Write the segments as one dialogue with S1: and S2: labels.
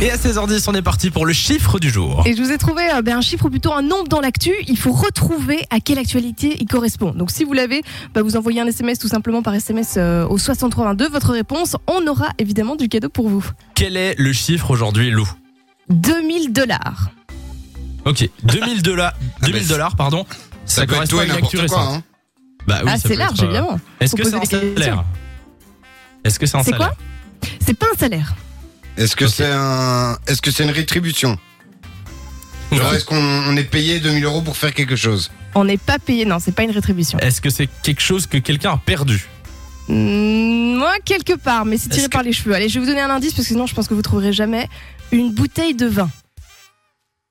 S1: Et à 16h10, on est parti pour le chiffre du jour.
S2: Et je vous ai trouvé euh, ben, un chiffre ou plutôt un nombre dans l'actu. Il faut retrouver à quelle actualité il correspond. Donc si vous l'avez, bah, vous envoyez un SMS tout simplement par SMS euh, au 6322. Votre réponse, on aura évidemment du cadeau pour vous.
S1: Quel est le chiffre aujourd'hui, Lou
S2: 2000 dollars.
S1: Ah Ok, 2000 dollars,
S3: Ah,
S1: 2000 dollars, pardon. Ça,
S3: bah, peut être
S1: correspond
S3: tout
S1: à
S3: et
S1: une actu
S3: n'importe quoi.
S1: récente.
S3: Hein.
S1: Bah oui,
S2: ah,
S1: ça
S2: c'est
S1: peut
S2: large,
S1: être, euh,
S2: évidemment.
S1: Est-ce que
S2: Faut
S1: c'est un
S2: poser des questions.
S1: salaire Est-ce que c'est un
S2: C'est quoi
S1: salaire
S2: C'est pas un salaire.
S3: Est-ce que
S1: Ok.
S3: c'est un, est-ce que c'est une rétribution Genre est-ce qu'on on est payé 2000 euros pour faire quelque chose
S2: On n'est pas payé. Non, c'est pas une rétribution.
S1: Est-ce que c'est quelque chose que quelqu'un a perdu
S2: Hmm, Moi, quelque part, mais c'est tiré
S1: Est-ce
S2: par les cheveux. Allez, je vais vous donner un indice parce que sinon, je pense que vous trouverez jamais une bouteille de vin.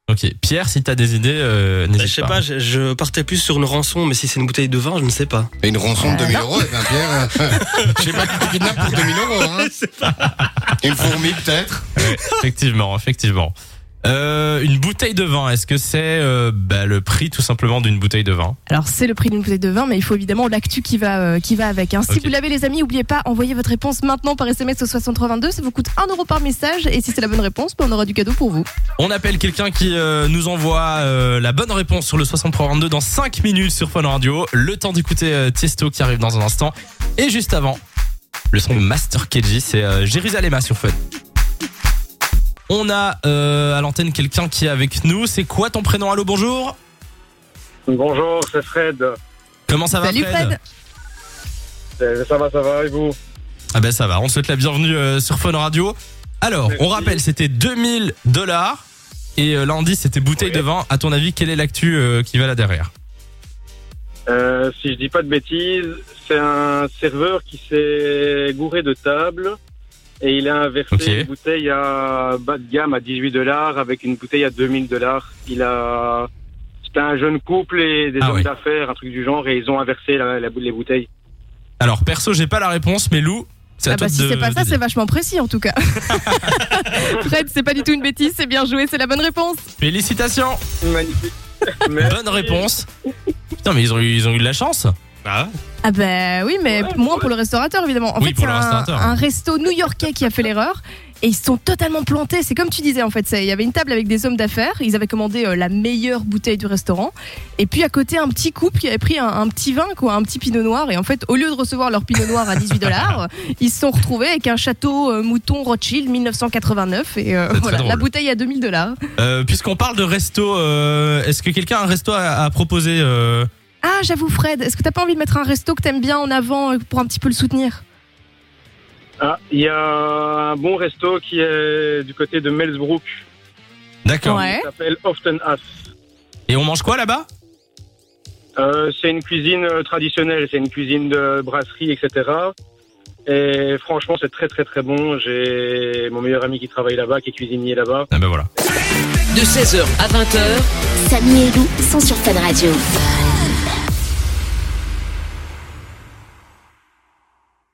S1: Ok, Pierre, si t'as des idées, euh,
S4: Bah, je
S1: n'hésite
S4: sais pas, je, je partais plus sur une rançon, mais si c'est une bouteille de vin, je ne sais pas.
S3: Et Une rançon de 2000 euros, eh ben Pierre, euh, je sais pas qui te kidnappe pour 2000 euros. Hein. Une fourmi peut-être
S1: Effectivement, effectivement. Euh, une bouteille de vin, est-ce que c'est euh, bah, le prix tout simplement d'une bouteille de vin
S2: Alors c'est le prix d'une bouteille de vin, mais il faut évidemment l'actu qui va euh, qui va avec. hein. Si
S1: Ok.
S2: vous l'avez les amis, n'oubliez pas, envoyez votre réponse maintenant par SMS au 6322. Ça vous coûte 1 euro par message et si c'est la bonne réponse, ben, on aura du cadeau pour vous.
S1: On appelle quelqu'un qui euh, nous envoie euh, la bonne réponse sur le 6322 dans 5 minutes sur Fun Radio. Le temps d'écouter euh, Tiesto qui arrive dans un instant. Et juste avant, le son de Master KG, c'est euh, Jérusalem sur Fun. On a euh, à l'antenne quelqu'un qui est avec nous. C'est quoi ton prénom Allô, bonjour
S5: Bonjour, c'est Fred.
S1: Comment ça va
S2: Salut
S5: Euh, Ça va, ça va, et vous
S1: Ah ben ça va, on te souhaite la bienvenue euh, sur Fun Radio. Alors, on
S5: Merci.
S1: rappelle, c'était 2000 dollars et euh, lundi c'était bouteille
S5: Oui.
S1: de vin. À ton avis, quelle est l'actu euh, qui va là derrière
S5: Euh, Si je dis pas de bêtises, c'est un serveur qui s'est gouré de table et il a inversé
S1: Ok.
S5: une bouteille à bas de gamme à 18 dollars avec une bouteille à 2000 dollars. Il a. C'était un jeune couple et des
S1: Ah
S5: hommes
S1: oui.
S5: d'affaires, un truc du genre, et ils ont inversé la, la, les bouteilles.
S1: Alors perso, j'ai pas la réponse, mais Lou, c'est à
S2: Ah
S1: toi
S2: bah si
S1: de-
S2: c'est pas
S1: de
S2: ça,
S1: dire.
S2: c'est vachement précis en tout cas. Fred, c'est pas du tout une bêtise, c'est bien joué, c'est la bonne réponse.
S1: Félicitations,
S5: Magnifique.
S1: bonne réponse. Putain, mais ils ont eu, ils ont eu de la chance.
S2: Ah bah oui, mais
S5: Ouais,
S2: moins pour le restaurateur évidemment. En
S1: Oui,
S2: fait,
S1: pour
S2: c'est
S1: le
S2: un,
S1: restaurateur.
S2: un resto new-yorkais qui a fait l'erreur et ils se sont totalement plantés. C'est comme tu disais en fait, c'est- il y avait une table avec des hommes d'affaires, ils avaient commandé euh, la meilleure bouteille du restaurant et puis à côté un petit couple qui avait pris un, un petit vin quoi, un petit pinot noir et en fait au lieu de recevoir leur pinot noir à 18 dollars, ils se sont retrouvés avec un château euh, mouton Rothschild 1989 et euh,
S1: très
S2: voilà,
S1: drôle.
S2: la bouteille à 2000 dollars.
S1: Euh, Puisqu'on parle de resto, euh, est-ce que quelqu'un a un resto à, à proposer euh,
S2: Ah, j'avoue Fred, est-ce que t'as pas envie de mettre un resto que t'aimes bien en avant euh, pour un petit peu le soutenir
S5: Ah, il y a un bon resto qui est du côté de Melsbrook.
S1: D'accord.
S2: Ouais.
S5: Il s'appelle Often Ass.
S1: Et on mange quoi là-bas
S5: Euh, c'est une cuisine euh, traditionnelle, c'est une cuisine de brasserie, etc. Et franchement, c'est très très très bon. J'ai mon meilleur ami qui travaille là-bas, qui est cuisinier là-bas.
S1: Ah ben voilà.
S6: De 16h à 20h,
S7: Samy et Lou sont sur Fun Radio.